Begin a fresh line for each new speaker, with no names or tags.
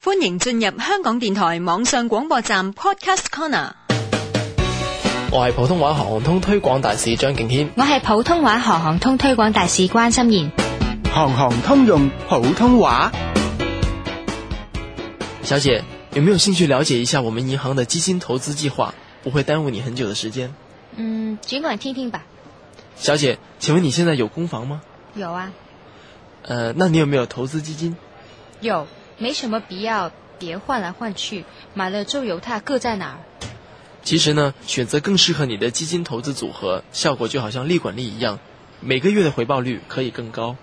歡迎進入香港電台網上廣播站 Podcast Corner。
我係普通話行通推廣大使張敬軒。
我係普通話行行通推廣大使關心妍。
行行通用普通話。
小姐，有没有兴趣了解一下我们银行的基金投资计划？不会耽误你很久的时间。
嗯，盡管聽聽吧。
小姐，请问你现在有公房吗？
有啊，
呃，那你有没有投资基金？
有，没什么必要，别换来换去，买了就有它各在哪儿。
其实呢，选择更适合你的基金投资组合，效果就好像利滚利一样，每个月的回报率可以更高。